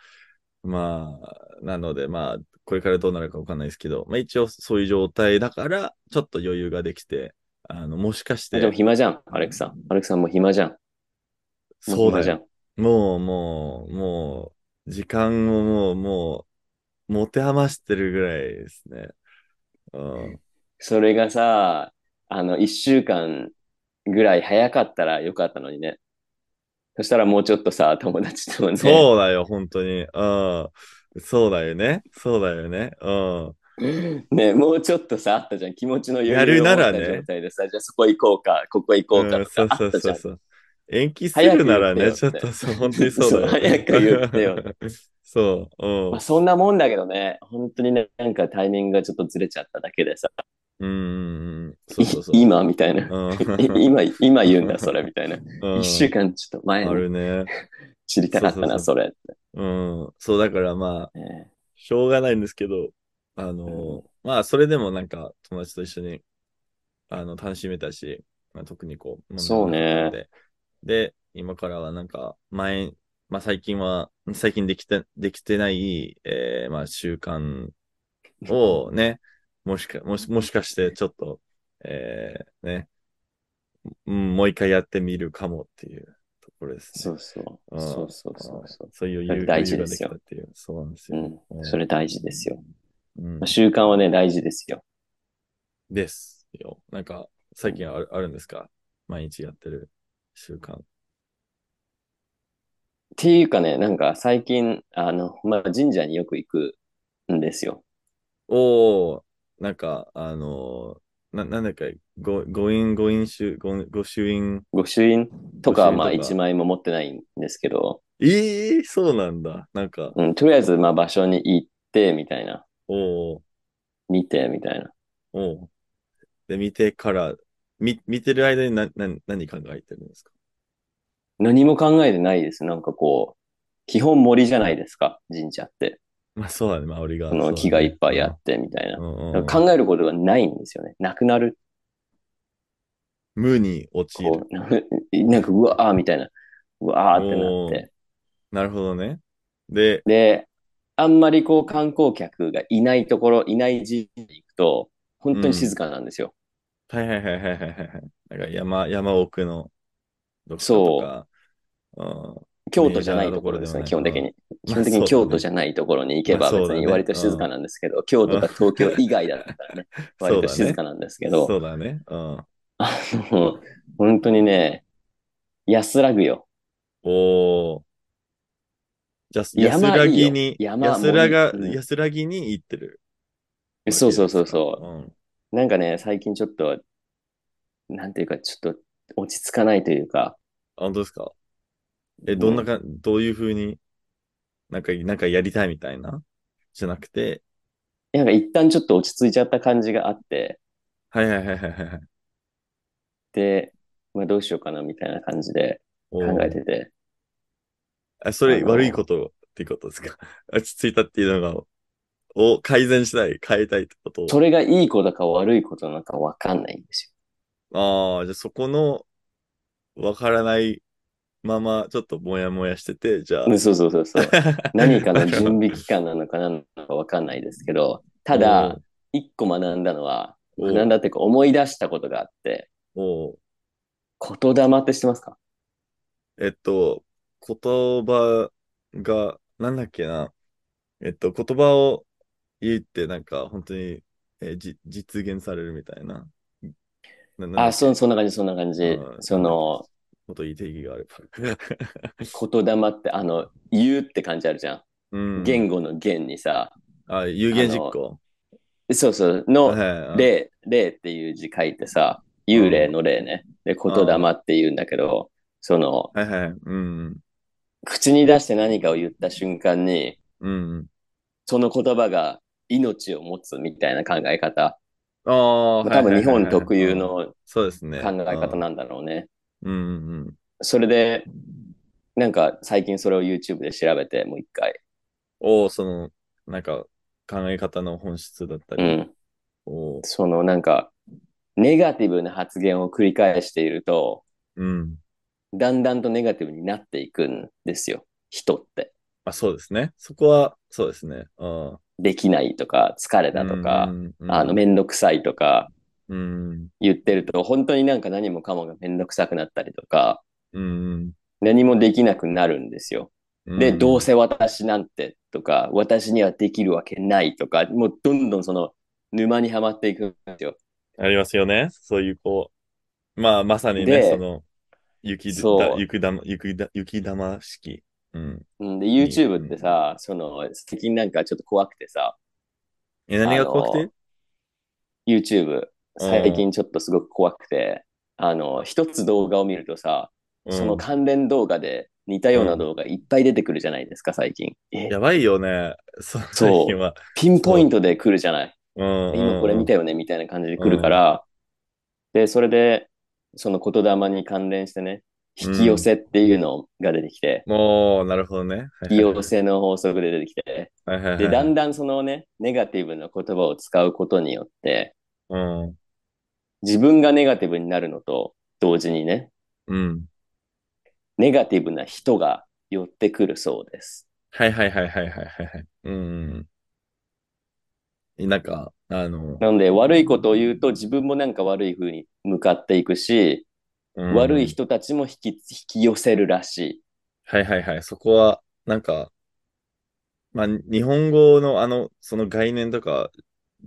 [SPEAKER 1] う。まあ、なので、まあ、これからどうなるかわかんないですけど、まあ一応そういう状態だから、ちょっと余裕ができて、あの、もしかし
[SPEAKER 2] でも
[SPEAKER 1] て、
[SPEAKER 2] 暇じゃん、アレクさん。アレクさんも暇じゃん。もう
[SPEAKER 1] そう
[SPEAKER 2] 暇
[SPEAKER 1] だ
[SPEAKER 2] じゃ
[SPEAKER 1] よ。
[SPEAKER 2] ん。
[SPEAKER 1] もう、もう、もう、時間をもう、もう、持て余してるぐらいですね。うん。
[SPEAKER 2] それがさ、あの、一週間ぐらい早かったらよかったのにね。そしたらもうちょっとさ、友達とね、
[SPEAKER 1] そうだよ、本当に。うん。そうだよね。そうだよね。うん。
[SPEAKER 2] (laughs) ね、もうちょっとさ、あったじゃん。気持ちの余裕
[SPEAKER 1] やるならね
[SPEAKER 2] を持った状態でさ、じゃあそこ行こうか、ここ行こうかとか、あ
[SPEAKER 1] そ
[SPEAKER 2] っ
[SPEAKER 1] うそ
[SPEAKER 2] た
[SPEAKER 1] う
[SPEAKER 2] じ
[SPEAKER 1] そ
[SPEAKER 2] ゃ。
[SPEAKER 1] うんそう。延期するならね、ちょっ
[SPEAKER 2] 早く言って
[SPEAKER 1] と
[SPEAKER 2] よ
[SPEAKER 1] そう、本当にそうだよ。
[SPEAKER 2] そう早く言ってよ。
[SPEAKER 1] そう、
[SPEAKER 2] まあ、そんなもんだけどね、本当にね、なんかタイミングがちょっとずれちゃっただけでさ、
[SPEAKER 1] うん。うん。うんそうそうそう。
[SPEAKER 2] 今みた
[SPEAKER 1] (laughs)
[SPEAKER 2] いな。
[SPEAKER 1] うん
[SPEAKER 2] 今、今言うんだ、それみたいな。
[SPEAKER 1] うん
[SPEAKER 2] 一週間ちょっと前
[SPEAKER 1] あ
[SPEAKER 2] に
[SPEAKER 1] るね。
[SPEAKER 2] 知りたかったな、
[SPEAKER 1] そ
[SPEAKER 2] それ。
[SPEAKER 1] うん。そう、だからまあ、
[SPEAKER 2] ね
[SPEAKER 1] しょうがないんですけど、あの、まあ、それでもなんか、友達と一緒に、あの、楽しめたし、まあ、特にこう、問題なかったので。で、今からはなんか、前、まあ、最近は、最近できて、できてない、えー、まあ、習慣をね、もしか、もし、もしかして、ちょっと、えー、ね、うんもう一回やってみるかもっていうところですね。
[SPEAKER 2] そうそう。
[SPEAKER 1] ん
[SPEAKER 2] そうそうそうそう。
[SPEAKER 1] そういう余裕
[SPEAKER 2] 大事です
[SPEAKER 1] きた
[SPEAKER 2] よ
[SPEAKER 1] っていう。そうなんです
[SPEAKER 2] う
[SPEAKER 1] よ。
[SPEAKER 2] ん、それ大事ですよ。
[SPEAKER 1] うん
[SPEAKER 2] まあ、習慣はね、大事ですよ。
[SPEAKER 1] ですよ。なんか、最近あるあるんですか毎日やってる習慣。
[SPEAKER 2] っていうかね、なんか最近、あの、まあ、神社によく行くんですよ。
[SPEAKER 1] おー、なんか、あのーな、なんだっけ、ご、ご印、ご印集、ご、ご朱印。
[SPEAKER 2] 御朱印とかはまあ
[SPEAKER 1] 御朱印とか
[SPEAKER 2] 一枚も持ってないんですけど、
[SPEAKER 1] ええそうなんだ。なんか、
[SPEAKER 2] うん、とりあえずまあ場所に行って、みたいな。
[SPEAKER 1] おー、
[SPEAKER 2] 見て、みたいな。
[SPEAKER 1] おー。で、見てから、み、見てる間にな、な、何考えてるんですか (laughs)
[SPEAKER 2] 何も考えてないです。なんかこう、基本森じゃないですか、神社って。
[SPEAKER 1] まあ、そうだね、周りが。
[SPEAKER 2] その木がいっぱいあって、みたいな。
[SPEAKER 1] うんうん、
[SPEAKER 2] 考えることがないんですよね。なくなる。
[SPEAKER 1] 無に陥る。
[SPEAKER 2] こう、 (laughs) なんか、うわーみたいな。うわーってな
[SPEAKER 1] お
[SPEAKER 2] っ
[SPEAKER 1] ー
[SPEAKER 2] て。
[SPEAKER 1] なるほどね。で、
[SPEAKER 2] で、あんまりこう観光客がいないところ、いない時期に行くと、本当に静かなんですよ。
[SPEAKER 1] はいはいはいはいはいはいはい。なんか山、山奥のどこかとか。そ
[SPEAKER 2] 京都じゃないところですね、
[SPEAKER 1] メ
[SPEAKER 2] 基
[SPEAKER 1] ジャー
[SPEAKER 2] 本
[SPEAKER 1] なと
[SPEAKER 2] 的
[SPEAKER 1] ころではな
[SPEAKER 2] に
[SPEAKER 1] い。
[SPEAKER 2] 基本的に京都じゃないところに行けば
[SPEAKER 1] まあ
[SPEAKER 2] 別
[SPEAKER 1] そうだね
[SPEAKER 2] に割と静かなんですけど、京都か東京以外だった
[SPEAKER 1] (laughs)
[SPEAKER 2] らね、割と静かなんですけ
[SPEAKER 1] うん。
[SPEAKER 2] ど、
[SPEAKER 1] そうだね。うん。
[SPEAKER 2] あの、本当にね、安らぐよ。
[SPEAKER 1] おー。じゃあ、
[SPEAKER 2] 山
[SPEAKER 1] 安らぎ
[SPEAKER 2] いい
[SPEAKER 1] に、
[SPEAKER 2] よ山
[SPEAKER 1] 安らが、
[SPEAKER 2] 森うん
[SPEAKER 1] 安らぎに行ってる。
[SPEAKER 2] そうそうそうそ
[SPEAKER 1] うん。
[SPEAKER 2] う。なんかね、最近ちょっと、なんていうか、ちょっと落ち着かないというか、
[SPEAKER 1] あ本当ですかえ、どんなか、どういう風に、なんか、なんかやりたいみたいなじゃなくて、
[SPEAKER 2] なんか一旦ちょっと落ち着いちゃった感じがあって、
[SPEAKER 1] はいはいはいはいはい。
[SPEAKER 2] で、まあどうしようかなみたいな感じで
[SPEAKER 1] おー
[SPEAKER 2] 考えてて、
[SPEAKER 1] あ、それ
[SPEAKER 2] あのー
[SPEAKER 1] 悪いことっていうことですか (laughs) 落ち着いたっていうのが、を改善したい、変えたいってことを。
[SPEAKER 2] それがいいことか悪いことなのかわかんないんですよ。
[SPEAKER 1] ああ、じゃあそこの、わからないまま、ちょっともやもやしてて、じゃあ。(laughs)
[SPEAKER 2] (laughs) うんそうそうそうそう。何かの準
[SPEAKER 1] なる
[SPEAKER 2] 備期間なのかなのかわかんないですけど、
[SPEAKER 1] ほ
[SPEAKER 2] た
[SPEAKER 1] ど
[SPEAKER 2] だ、、一個学んだのは、
[SPEAKER 1] お
[SPEAKER 2] 学んだっていうか思い出したことがあって、
[SPEAKER 1] おお
[SPEAKER 2] 言霊って知ってますか
[SPEAKER 1] えっと、言葉が、なんだっけな。えっと、言葉を言って、なんか、本当に、えーじ、実現されるみたいな。ななんだっ
[SPEAKER 2] あ、
[SPEAKER 1] け
[SPEAKER 2] そ、そんな感じ、そんな感じ
[SPEAKER 1] う。ん
[SPEAKER 2] その、
[SPEAKER 1] もっといい定義があれば。
[SPEAKER 2] 言霊って、あの、言うって感じあるじゃん。
[SPEAKER 1] (laughs) うん。
[SPEAKER 2] 言語の言にさ、
[SPEAKER 1] あ、有言実行。
[SPEAKER 2] そうそう、の、
[SPEAKER 1] はい
[SPEAKER 2] 霊、霊っていう字書いてさ、幽霊の霊ね。で、言霊って言うんだけど、その、
[SPEAKER 1] はいはい。うん。
[SPEAKER 2] 口に出して何かを言った瞬間に、
[SPEAKER 1] うん。
[SPEAKER 2] その言葉が命を持つみたいな考え方。
[SPEAKER 1] ああ、
[SPEAKER 2] 多分日本特有
[SPEAKER 1] うん。
[SPEAKER 2] の
[SPEAKER 1] そうですね。
[SPEAKER 2] 考え方なんだろうね。
[SPEAKER 1] うん。うんうん。
[SPEAKER 2] それで、なんか最近それを YouTube で調べて、もう一回。
[SPEAKER 1] を、その、なんか、考え方の本質だった
[SPEAKER 2] う
[SPEAKER 1] り
[SPEAKER 2] ん。
[SPEAKER 1] を、
[SPEAKER 2] そのなんか、ネガティブな発言を繰り返していると、
[SPEAKER 1] うん。
[SPEAKER 2] だんだんとネガティブになっていくんですよ。人って。
[SPEAKER 1] あ、そうですね。そこは、そうですね。あ
[SPEAKER 2] できないとか、疲れ
[SPEAKER 1] あ。
[SPEAKER 2] たとか、
[SPEAKER 1] うんうんうん
[SPEAKER 2] あの、めんどくさいとか
[SPEAKER 1] うん。
[SPEAKER 2] 言ってると、本当になんか何もかもがめんどくさくなったりとか、
[SPEAKER 1] うん
[SPEAKER 2] 何もできなくなるんですよ。
[SPEAKER 1] うん。
[SPEAKER 2] で、どうせ私なんてとか、私にはできるわけないとか、もうどんどんその沼にはまっていくんですよ。
[SPEAKER 1] ありますよね。そういう、こう、まあ、まさにね、
[SPEAKER 2] で
[SPEAKER 1] その、雪だ
[SPEAKER 2] そう
[SPEAKER 1] 雪だ、雪だ、雪玉式。うん。
[SPEAKER 2] うん、で、YouTube ってさ、その、最近なんかちょっと怖くてさ、
[SPEAKER 1] え、何が怖く
[SPEAKER 2] あ
[SPEAKER 1] て
[SPEAKER 2] の YouTube、最近ちょっとすごく怖くて、あの、一つ動画を見るとさ、その関連動画で似たような動画いっぱい出てくるじゃないですか、最近。
[SPEAKER 1] うん
[SPEAKER 2] え
[SPEAKER 1] やばいよね。そう、最近は。
[SPEAKER 2] ピンポイントで来るじゃない。
[SPEAKER 1] うんうん。
[SPEAKER 2] 今これ見たよね、みたいな感じで来るから、で、それで、その言霊に関連してね、引き寄せっていうのが出てきて、
[SPEAKER 1] もう、なるほどね。
[SPEAKER 2] 引き寄せの法則で出てきて、
[SPEAKER 1] はいはいはい。
[SPEAKER 2] で、だんだんそのね、ネガティブな言葉を使うことによって、
[SPEAKER 1] うん。
[SPEAKER 2] 自分がネガティブになるのと同時にね、
[SPEAKER 1] うん。
[SPEAKER 2] ネガティブな人が寄ってくるそうです。
[SPEAKER 1] はいはいはいはいはいはいはい。うんうん。なんか、あの、
[SPEAKER 2] なので、悪いことを言うと自分もなんか悪い風に向かっていくし、
[SPEAKER 1] うん
[SPEAKER 2] 悪い。人たちも引き引き寄せるらし
[SPEAKER 1] はいはいはい。そこは、なんか、まあ、日本語のあの、その概念とか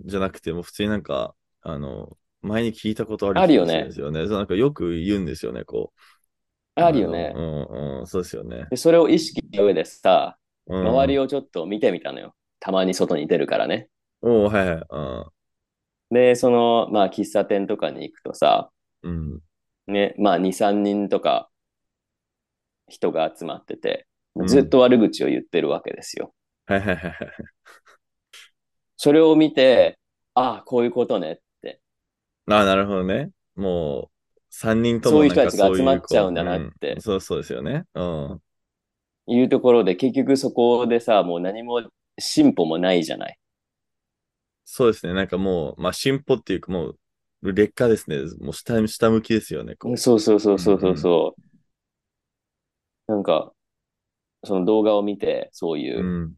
[SPEAKER 1] じゃなくても、普通になんか、あの、前に聞いたことある
[SPEAKER 2] あるよね
[SPEAKER 1] 気がすんですよね。そうなんかよく言うんですよね、こ
[SPEAKER 2] い。
[SPEAKER 1] う。
[SPEAKER 2] あるよね
[SPEAKER 1] あ。のうんうん、そうですよね。
[SPEAKER 2] でそれを意識した上でさ、周り
[SPEAKER 1] を。
[SPEAKER 2] をちょっと見てみたのよ。たまに外に出るからね。
[SPEAKER 1] おうはいは
[SPEAKER 2] で、その、まあ、喫茶店とかに行くとさ、
[SPEAKER 1] い。うん。うん
[SPEAKER 2] ね、まあ、2、3人とか、人が集まってて
[SPEAKER 1] う、ん
[SPEAKER 2] ずっと悪口を言ってるわけですよ。
[SPEAKER 1] はいはいはいはい。
[SPEAKER 2] それを見て、ああ、こういうことねって、
[SPEAKER 1] ああ、なるほどね。もう、三人と
[SPEAKER 2] そ
[SPEAKER 1] も
[SPEAKER 2] うい
[SPEAKER 1] なん
[SPEAKER 2] う
[SPEAKER 1] か
[SPEAKER 2] 人たちが
[SPEAKER 1] そういう
[SPEAKER 2] 集まっちゃうんだ
[SPEAKER 1] こ
[SPEAKER 2] なって
[SPEAKER 1] んそうそうですよね。うん。
[SPEAKER 2] いうところで、結局そこでさ、もう何も進歩もないじゃない。
[SPEAKER 1] そうですね。なんかもう、まあ、進歩っていうか、もう、劣化ですね。もう下、下向きですよね。こう。
[SPEAKER 2] そうそうそうそうそうそう。なんか、その動画を見て、そういううん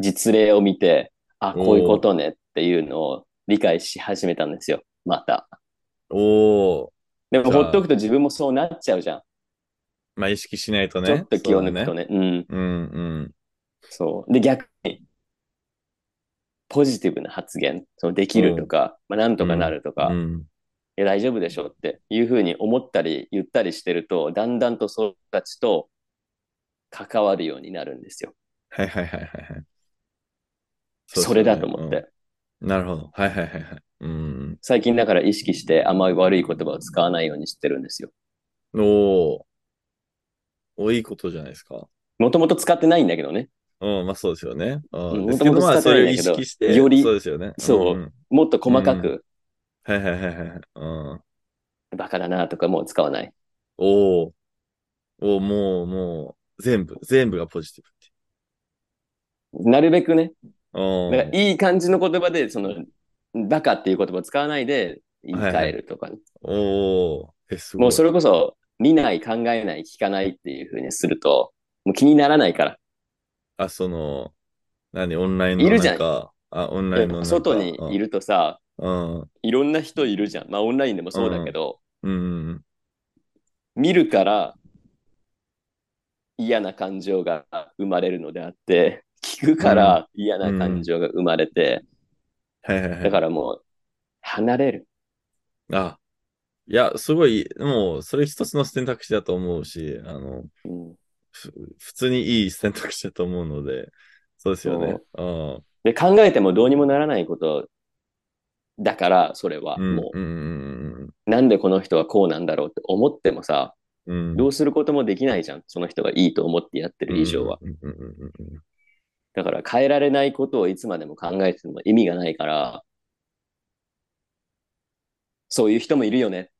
[SPEAKER 2] 実例を見て、あ、
[SPEAKER 1] おー
[SPEAKER 2] こういうことねっていうのを理解し始めたんですよ。また。
[SPEAKER 1] おー。
[SPEAKER 2] でも
[SPEAKER 1] じゃ
[SPEAKER 2] ほ
[SPEAKER 1] あ
[SPEAKER 2] っとくと自分もそうなっちゃうじゃん。
[SPEAKER 1] まあ、意識しないとね。
[SPEAKER 2] ちょっと気を抜く
[SPEAKER 1] そうだ
[SPEAKER 2] と
[SPEAKER 1] ね。
[SPEAKER 2] ね。うん。
[SPEAKER 1] うんうん。
[SPEAKER 2] そう。で、逆に、ポジティブな発言、そのできるとか、まあ、なんとかなるとか、
[SPEAKER 1] う
[SPEAKER 2] い
[SPEAKER 1] ん。
[SPEAKER 2] や大丈夫でしょうっていうふうに思ったり言ったりしてると、だんだんとそういう人たちと関わるようになるんですよ。
[SPEAKER 1] はいはいはいはいはい。です
[SPEAKER 2] そう
[SPEAKER 1] よね
[SPEAKER 2] れだと思って、。
[SPEAKER 1] うんなるほど。はいはいはいはい。うん。
[SPEAKER 2] 最近だから意識してあんまり悪い言葉を使わないようにしてるんですよ。
[SPEAKER 1] おー。お、いいことじゃないですか。
[SPEAKER 2] もともと使ってないんだけどね。
[SPEAKER 1] うん、まあそうですよね。う
[SPEAKER 2] うん
[SPEAKER 1] ん。ですけど、
[SPEAKER 2] 元々
[SPEAKER 1] まあ、
[SPEAKER 2] 使
[SPEAKER 1] そ
[SPEAKER 2] って
[SPEAKER 1] れを
[SPEAKER 2] ないん
[SPEAKER 1] 意
[SPEAKER 2] だけど
[SPEAKER 1] 識して、
[SPEAKER 2] より
[SPEAKER 1] そうですよね。
[SPEAKER 2] そうん
[SPEAKER 1] ん
[SPEAKER 2] もっと細かく、
[SPEAKER 1] はいはいはいはいはい。うん。
[SPEAKER 2] バカだなとかもう使わない。
[SPEAKER 1] おー。おー、もう、もう、全部、全部がポジティブって。
[SPEAKER 2] なるべくね、
[SPEAKER 1] うん。
[SPEAKER 2] なんかいい感じの言葉で、その、バカっていう言葉を使わないで言い換えるとかね、
[SPEAKER 1] おー。え、すごい。
[SPEAKER 2] もうそれこそ見ない、考えない、聞かないっていうふうにすると、もう気にならないから。
[SPEAKER 1] あ、その、何、オンラインの
[SPEAKER 2] いるじゃん
[SPEAKER 1] か、あ、オンラインのなんか
[SPEAKER 2] 外にい。るとさ、
[SPEAKER 1] うん。うん
[SPEAKER 2] いろんな人いるじゃん。まあオンラインでもそうだけど、
[SPEAKER 1] うん。
[SPEAKER 2] 見るから嫌な感情が生まれるのであって、聞くから嫌な感情が生まれて、
[SPEAKER 1] はいはいはい。
[SPEAKER 2] だからもう離れる。
[SPEAKER 1] あ、いや、すごい、もう、それ一つの選択肢だと思うし、あの、
[SPEAKER 2] うん
[SPEAKER 1] ふ普通にいい選択肢だと思うので、そうですよね。うん。
[SPEAKER 2] で、考えてもどうにもならないことだから、それは。
[SPEAKER 1] うん
[SPEAKER 2] も
[SPEAKER 1] うんうん
[SPEAKER 2] う、なんでこの人はこうなんだろうって思ってもさ、
[SPEAKER 1] うんうん。
[SPEAKER 2] ど
[SPEAKER 1] う
[SPEAKER 2] うすることもできないじゃん。その人がいいと思ってやってる以上は。
[SPEAKER 1] んうんうんうんうん
[SPEAKER 2] だから変えられないことをいつまでも考えてても意味がないから、そういう人もいるよね。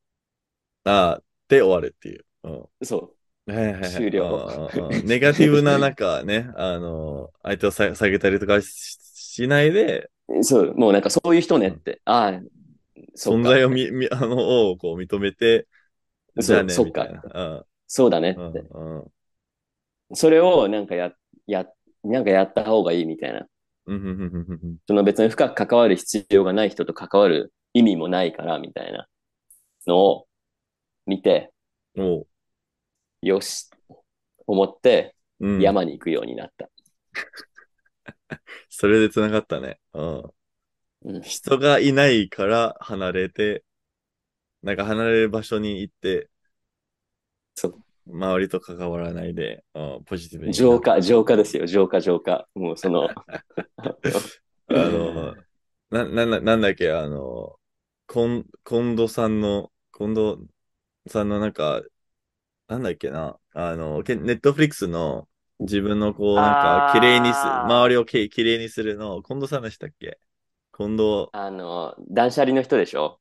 [SPEAKER 1] ああ、で終わるっていう。うん
[SPEAKER 2] そ
[SPEAKER 1] はいはいはい
[SPEAKER 2] 終了
[SPEAKER 1] うんうんうんネガティブな中ね、
[SPEAKER 2] (laughs)
[SPEAKER 1] あの、相手をさ下げたりとかししないで、
[SPEAKER 2] う。そう、もうなんかそういう人ねって。ああ、そう
[SPEAKER 1] 存
[SPEAKER 2] か
[SPEAKER 1] 在をみ、み (laughs) あの、をこう認めて、
[SPEAKER 2] そう
[SPEAKER 1] じゃあね、
[SPEAKER 2] そ
[SPEAKER 1] み
[SPEAKER 2] っか
[SPEAKER 1] たいな。
[SPEAKER 2] そうだね
[SPEAKER 1] うん。
[SPEAKER 2] っ
[SPEAKER 1] う
[SPEAKER 2] て。
[SPEAKER 1] ん。うん
[SPEAKER 2] それをなんかや、や、なんかやった方がいいみたいな。
[SPEAKER 1] うんうんうんうんうん
[SPEAKER 2] その別に深く関わる必要がない人と関わる意味もないからみたいなのを見て、
[SPEAKER 1] おう
[SPEAKER 2] よし、思って
[SPEAKER 1] うん。
[SPEAKER 2] 山に行くようになった。
[SPEAKER 1] それで繋がったね。うん。
[SPEAKER 2] うん
[SPEAKER 1] 人がいないから離れて、なんか離れる場所に行って、
[SPEAKER 2] そう
[SPEAKER 1] 周りと関わらないで、うん、ポジティブに。
[SPEAKER 2] 浄化、浄化ですよ、浄化、浄化。もうそ
[SPEAKER 1] (laughs)
[SPEAKER 2] の、
[SPEAKER 1] あの、な、な、ななんだっけ、あの、こん、近藤さんの、近藤さんのなんか、なんだっけな、あの、けネットフリックスの自分のこう、なんか、
[SPEAKER 2] あー
[SPEAKER 1] 綺麗にす、周りをき綺麗にするの、近藤さんでしたっけ近藤、
[SPEAKER 2] あの、断捨離の人でしょ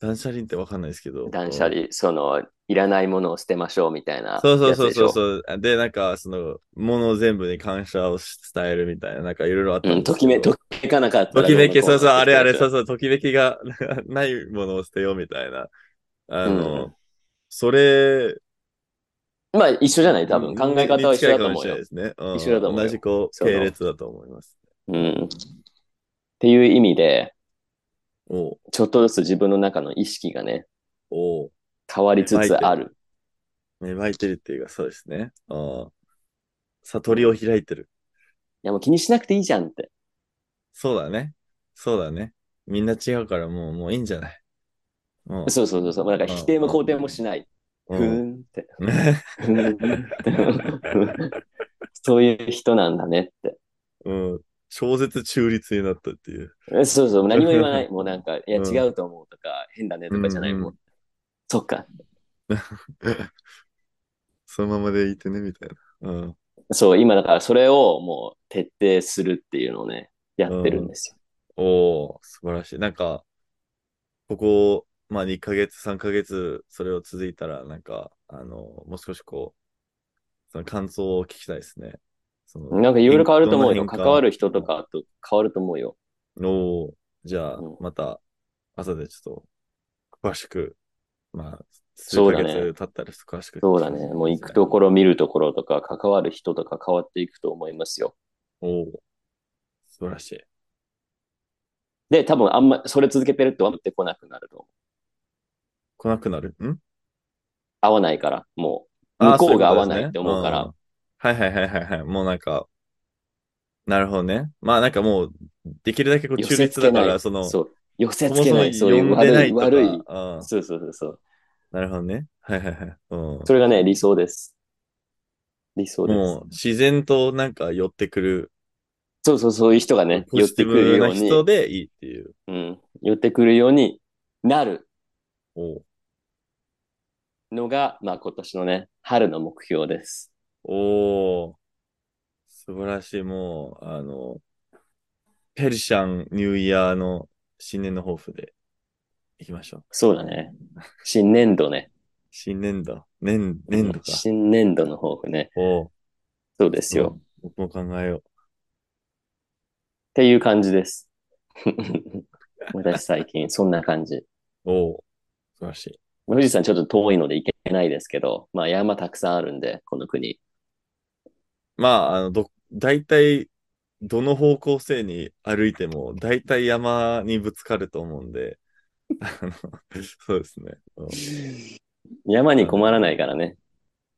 [SPEAKER 1] 断捨離ってわかんないですけど。
[SPEAKER 2] 断捨離、その、いらないものを捨てましょうみたいなやつ
[SPEAKER 1] そ
[SPEAKER 2] で
[SPEAKER 1] う
[SPEAKER 2] しょ。
[SPEAKER 1] そうそうそうそう。で、なんか、その、もの全部に感謝を伝えるみたいな、なんかいろいろあった
[SPEAKER 2] うんん、
[SPEAKER 1] です
[SPEAKER 2] と
[SPEAKER 1] けど
[SPEAKER 2] きめ、ときめかなかった
[SPEAKER 1] と
[SPEAKER 2] ら
[SPEAKER 1] きめき、
[SPEAKER 2] ど
[SPEAKER 1] そう
[SPEAKER 2] の
[SPEAKER 1] そう、あれあれ、
[SPEAKER 2] こ
[SPEAKER 1] そう
[SPEAKER 2] の
[SPEAKER 1] そう、ときめきが (laughs) ないものを捨てようみたいな。あの、
[SPEAKER 2] う
[SPEAKER 1] それ、
[SPEAKER 2] まあ、一緒じゃない多分。考え方は
[SPEAKER 1] に
[SPEAKER 2] 一
[SPEAKER 1] 近
[SPEAKER 2] 緒
[SPEAKER 1] い
[SPEAKER 2] だ
[SPEAKER 1] か
[SPEAKER 2] と
[SPEAKER 1] も
[SPEAKER 2] 思
[SPEAKER 1] し
[SPEAKER 2] う
[SPEAKER 1] れない
[SPEAKER 2] よ
[SPEAKER 1] で。すね。うん
[SPEAKER 2] 一緒だと思うよ
[SPEAKER 1] 同じこう、
[SPEAKER 2] その
[SPEAKER 1] 系列だと思います。
[SPEAKER 2] うん。っていう意味で、
[SPEAKER 1] おう
[SPEAKER 2] ちょっとずつ自分の中の意識がね、
[SPEAKER 1] おう
[SPEAKER 2] 変わりつつある。
[SPEAKER 1] 芽生えてるっていうか、そうですね。うん悟りを開いてる。
[SPEAKER 2] いや、もう気にしなくていいじゃんって。
[SPEAKER 1] そうだね。そうだね。みんな違うから、もう、もういいんじゃない。も
[SPEAKER 2] そうそうそうそう。なんか否定も肯定もしない。
[SPEAKER 1] う
[SPEAKER 2] ふ
[SPEAKER 1] ん
[SPEAKER 2] ーんって。
[SPEAKER 1] ね
[SPEAKER 2] ふーんってそういう人なんだねって。
[SPEAKER 1] うん。超絶中立になったって
[SPEAKER 2] (laughs)
[SPEAKER 1] いう。
[SPEAKER 2] えそうそう、何も言
[SPEAKER 1] (laughs)
[SPEAKER 2] わない。もうなんか、いや、
[SPEAKER 1] うん
[SPEAKER 2] 違うと思うとか、変だねとかじゃない、
[SPEAKER 1] うんうん
[SPEAKER 2] もう。そっか。
[SPEAKER 1] そのままでいてね、みたいな。うん。
[SPEAKER 2] そう、今だからそれをもう徹底するっていうのをね、やってるんですよ。
[SPEAKER 1] おお、素晴らしい。なんか、ここ、まあ2ヶ月、3ヶ月、それを続いたら、なんか、あの、もう少しこう、その感想を聞きたいですね。その、
[SPEAKER 2] なんかいろいろ変わると思うよ。
[SPEAKER 1] どんな変化
[SPEAKER 2] 関わる人とかと変わると思うよ。
[SPEAKER 1] おお、じゃあ
[SPEAKER 2] うん、
[SPEAKER 1] また、朝でちょっと、詳しく、まあ、数
[SPEAKER 2] そう
[SPEAKER 1] ヶ
[SPEAKER 2] だね
[SPEAKER 1] 月経ったら詳しく聞きたい
[SPEAKER 2] そう
[SPEAKER 1] です
[SPEAKER 2] だね。もう行くところ見るところとか、関わる人とか変わっていくと思いますよ。
[SPEAKER 1] おお、素晴らしい。
[SPEAKER 2] で、多分あんま、それ続けてると思ってこなくなると思う。
[SPEAKER 1] 来なくなるん
[SPEAKER 2] 合わないから、もう。
[SPEAKER 1] あ
[SPEAKER 2] 向
[SPEAKER 1] あそ
[SPEAKER 2] こ
[SPEAKER 1] ういううこ
[SPEAKER 2] が
[SPEAKER 1] と
[SPEAKER 2] 合
[SPEAKER 1] で
[SPEAKER 2] わ
[SPEAKER 1] す
[SPEAKER 2] ない
[SPEAKER 1] ね
[SPEAKER 2] って思うから。
[SPEAKER 1] んはいはいはいはいはい。もうなんか、なるほどね。まあなんかもう、できるだけこう
[SPEAKER 2] 寄
[SPEAKER 1] 中
[SPEAKER 2] せ
[SPEAKER 1] 立
[SPEAKER 2] つけ
[SPEAKER 1] だか
[SPEAKER 2] ない。
[SPEAKER 1] ら、その、
[SPEAKER 2] そう。寄せ
[SPEAKER 1] そ
[SPEAKER 2] つ
[SPEAKER 1] も
[SPEAKER 2] け
[SPEAKER 1] そも
[SPEAKER 2] ない。そうい
[SPEAKER 1] 呼
[SPEAKER 2] うん
[SPEAKER 1] で
[SPEAKER 2] 悪
[SPEAKER 1] ない
[SPEAKER 2] い、
[SPEAKER 1] とか。
[SPEAKER 2] 悪い。
[SPEAKER 1] うん
[SPEAKER 2] そうそうそうそう。
[SPEAKER 1] なるほどね。はいはいはい。うん
[SPEAKER 2] それがね、理想です。理想です。
[SPEAKER 1] もう、自然となんか寄ってくる、
[SPEAKER 2] そうそう、そういう人がね、
[SPEAKER 1] ポ
[SPEAKER 2] (laughs) 寄っ
[SPEAKER 1] ジテ
[SPEAKER 2] て
[SPEAKER 1] ィ
[SPEAKER 2] くる
[SPEAKER 1] ブ
[SPEAKER 2] よ
[SPEAKER 1] な
[SPEAKER 2] うに、
[SPEAKER 1] 人でいいっていう。
[SPEAKER 2] うん、寄ってくるようになる
[SPEAKER 1] おう
[SPEAKER 2] のが、まあ今年のね、春の目標です。
[SPEAKER 1] おー素晴らしい。もう、あの、ペルシャンニューイヤーの新年の抱負で行きましょう。
[SPEAKER 2] そうだね。新年度ね。
[SPEAKER 1] 新年度。年、年度か。
[SPEAKER 2] 新年度の抱負ね。
[SPEAKER 1] おう
[SPEAKER 2] そうですよ。っ
[SPEAKER 1] うん。僕も考えよ
[SPEAKER 2] ていう感じです。 (laughs) 私最近そんな感じ。
[SPEAKER 1] う。おお、素晴らしい。
[SPEAKER 2] 富士山ちょっと遠いので行けないですけど、まあ山たくさんあるんで、この国。
[SPEAKER 1] まあ、あの、ど、大体、どの方向性に歩いても、大体山にぶつかると思うんで、あの、そうですね。
[SPEAKER 2] 山に困らないからね。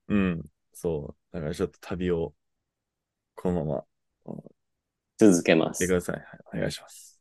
[SPEAKER 1] うん、うんそう。だからちょっと旅を、このまま、行っ
[SPEAKER 2] 続けます
[SPEAKER 1] てく。ださい。はい、お願いします。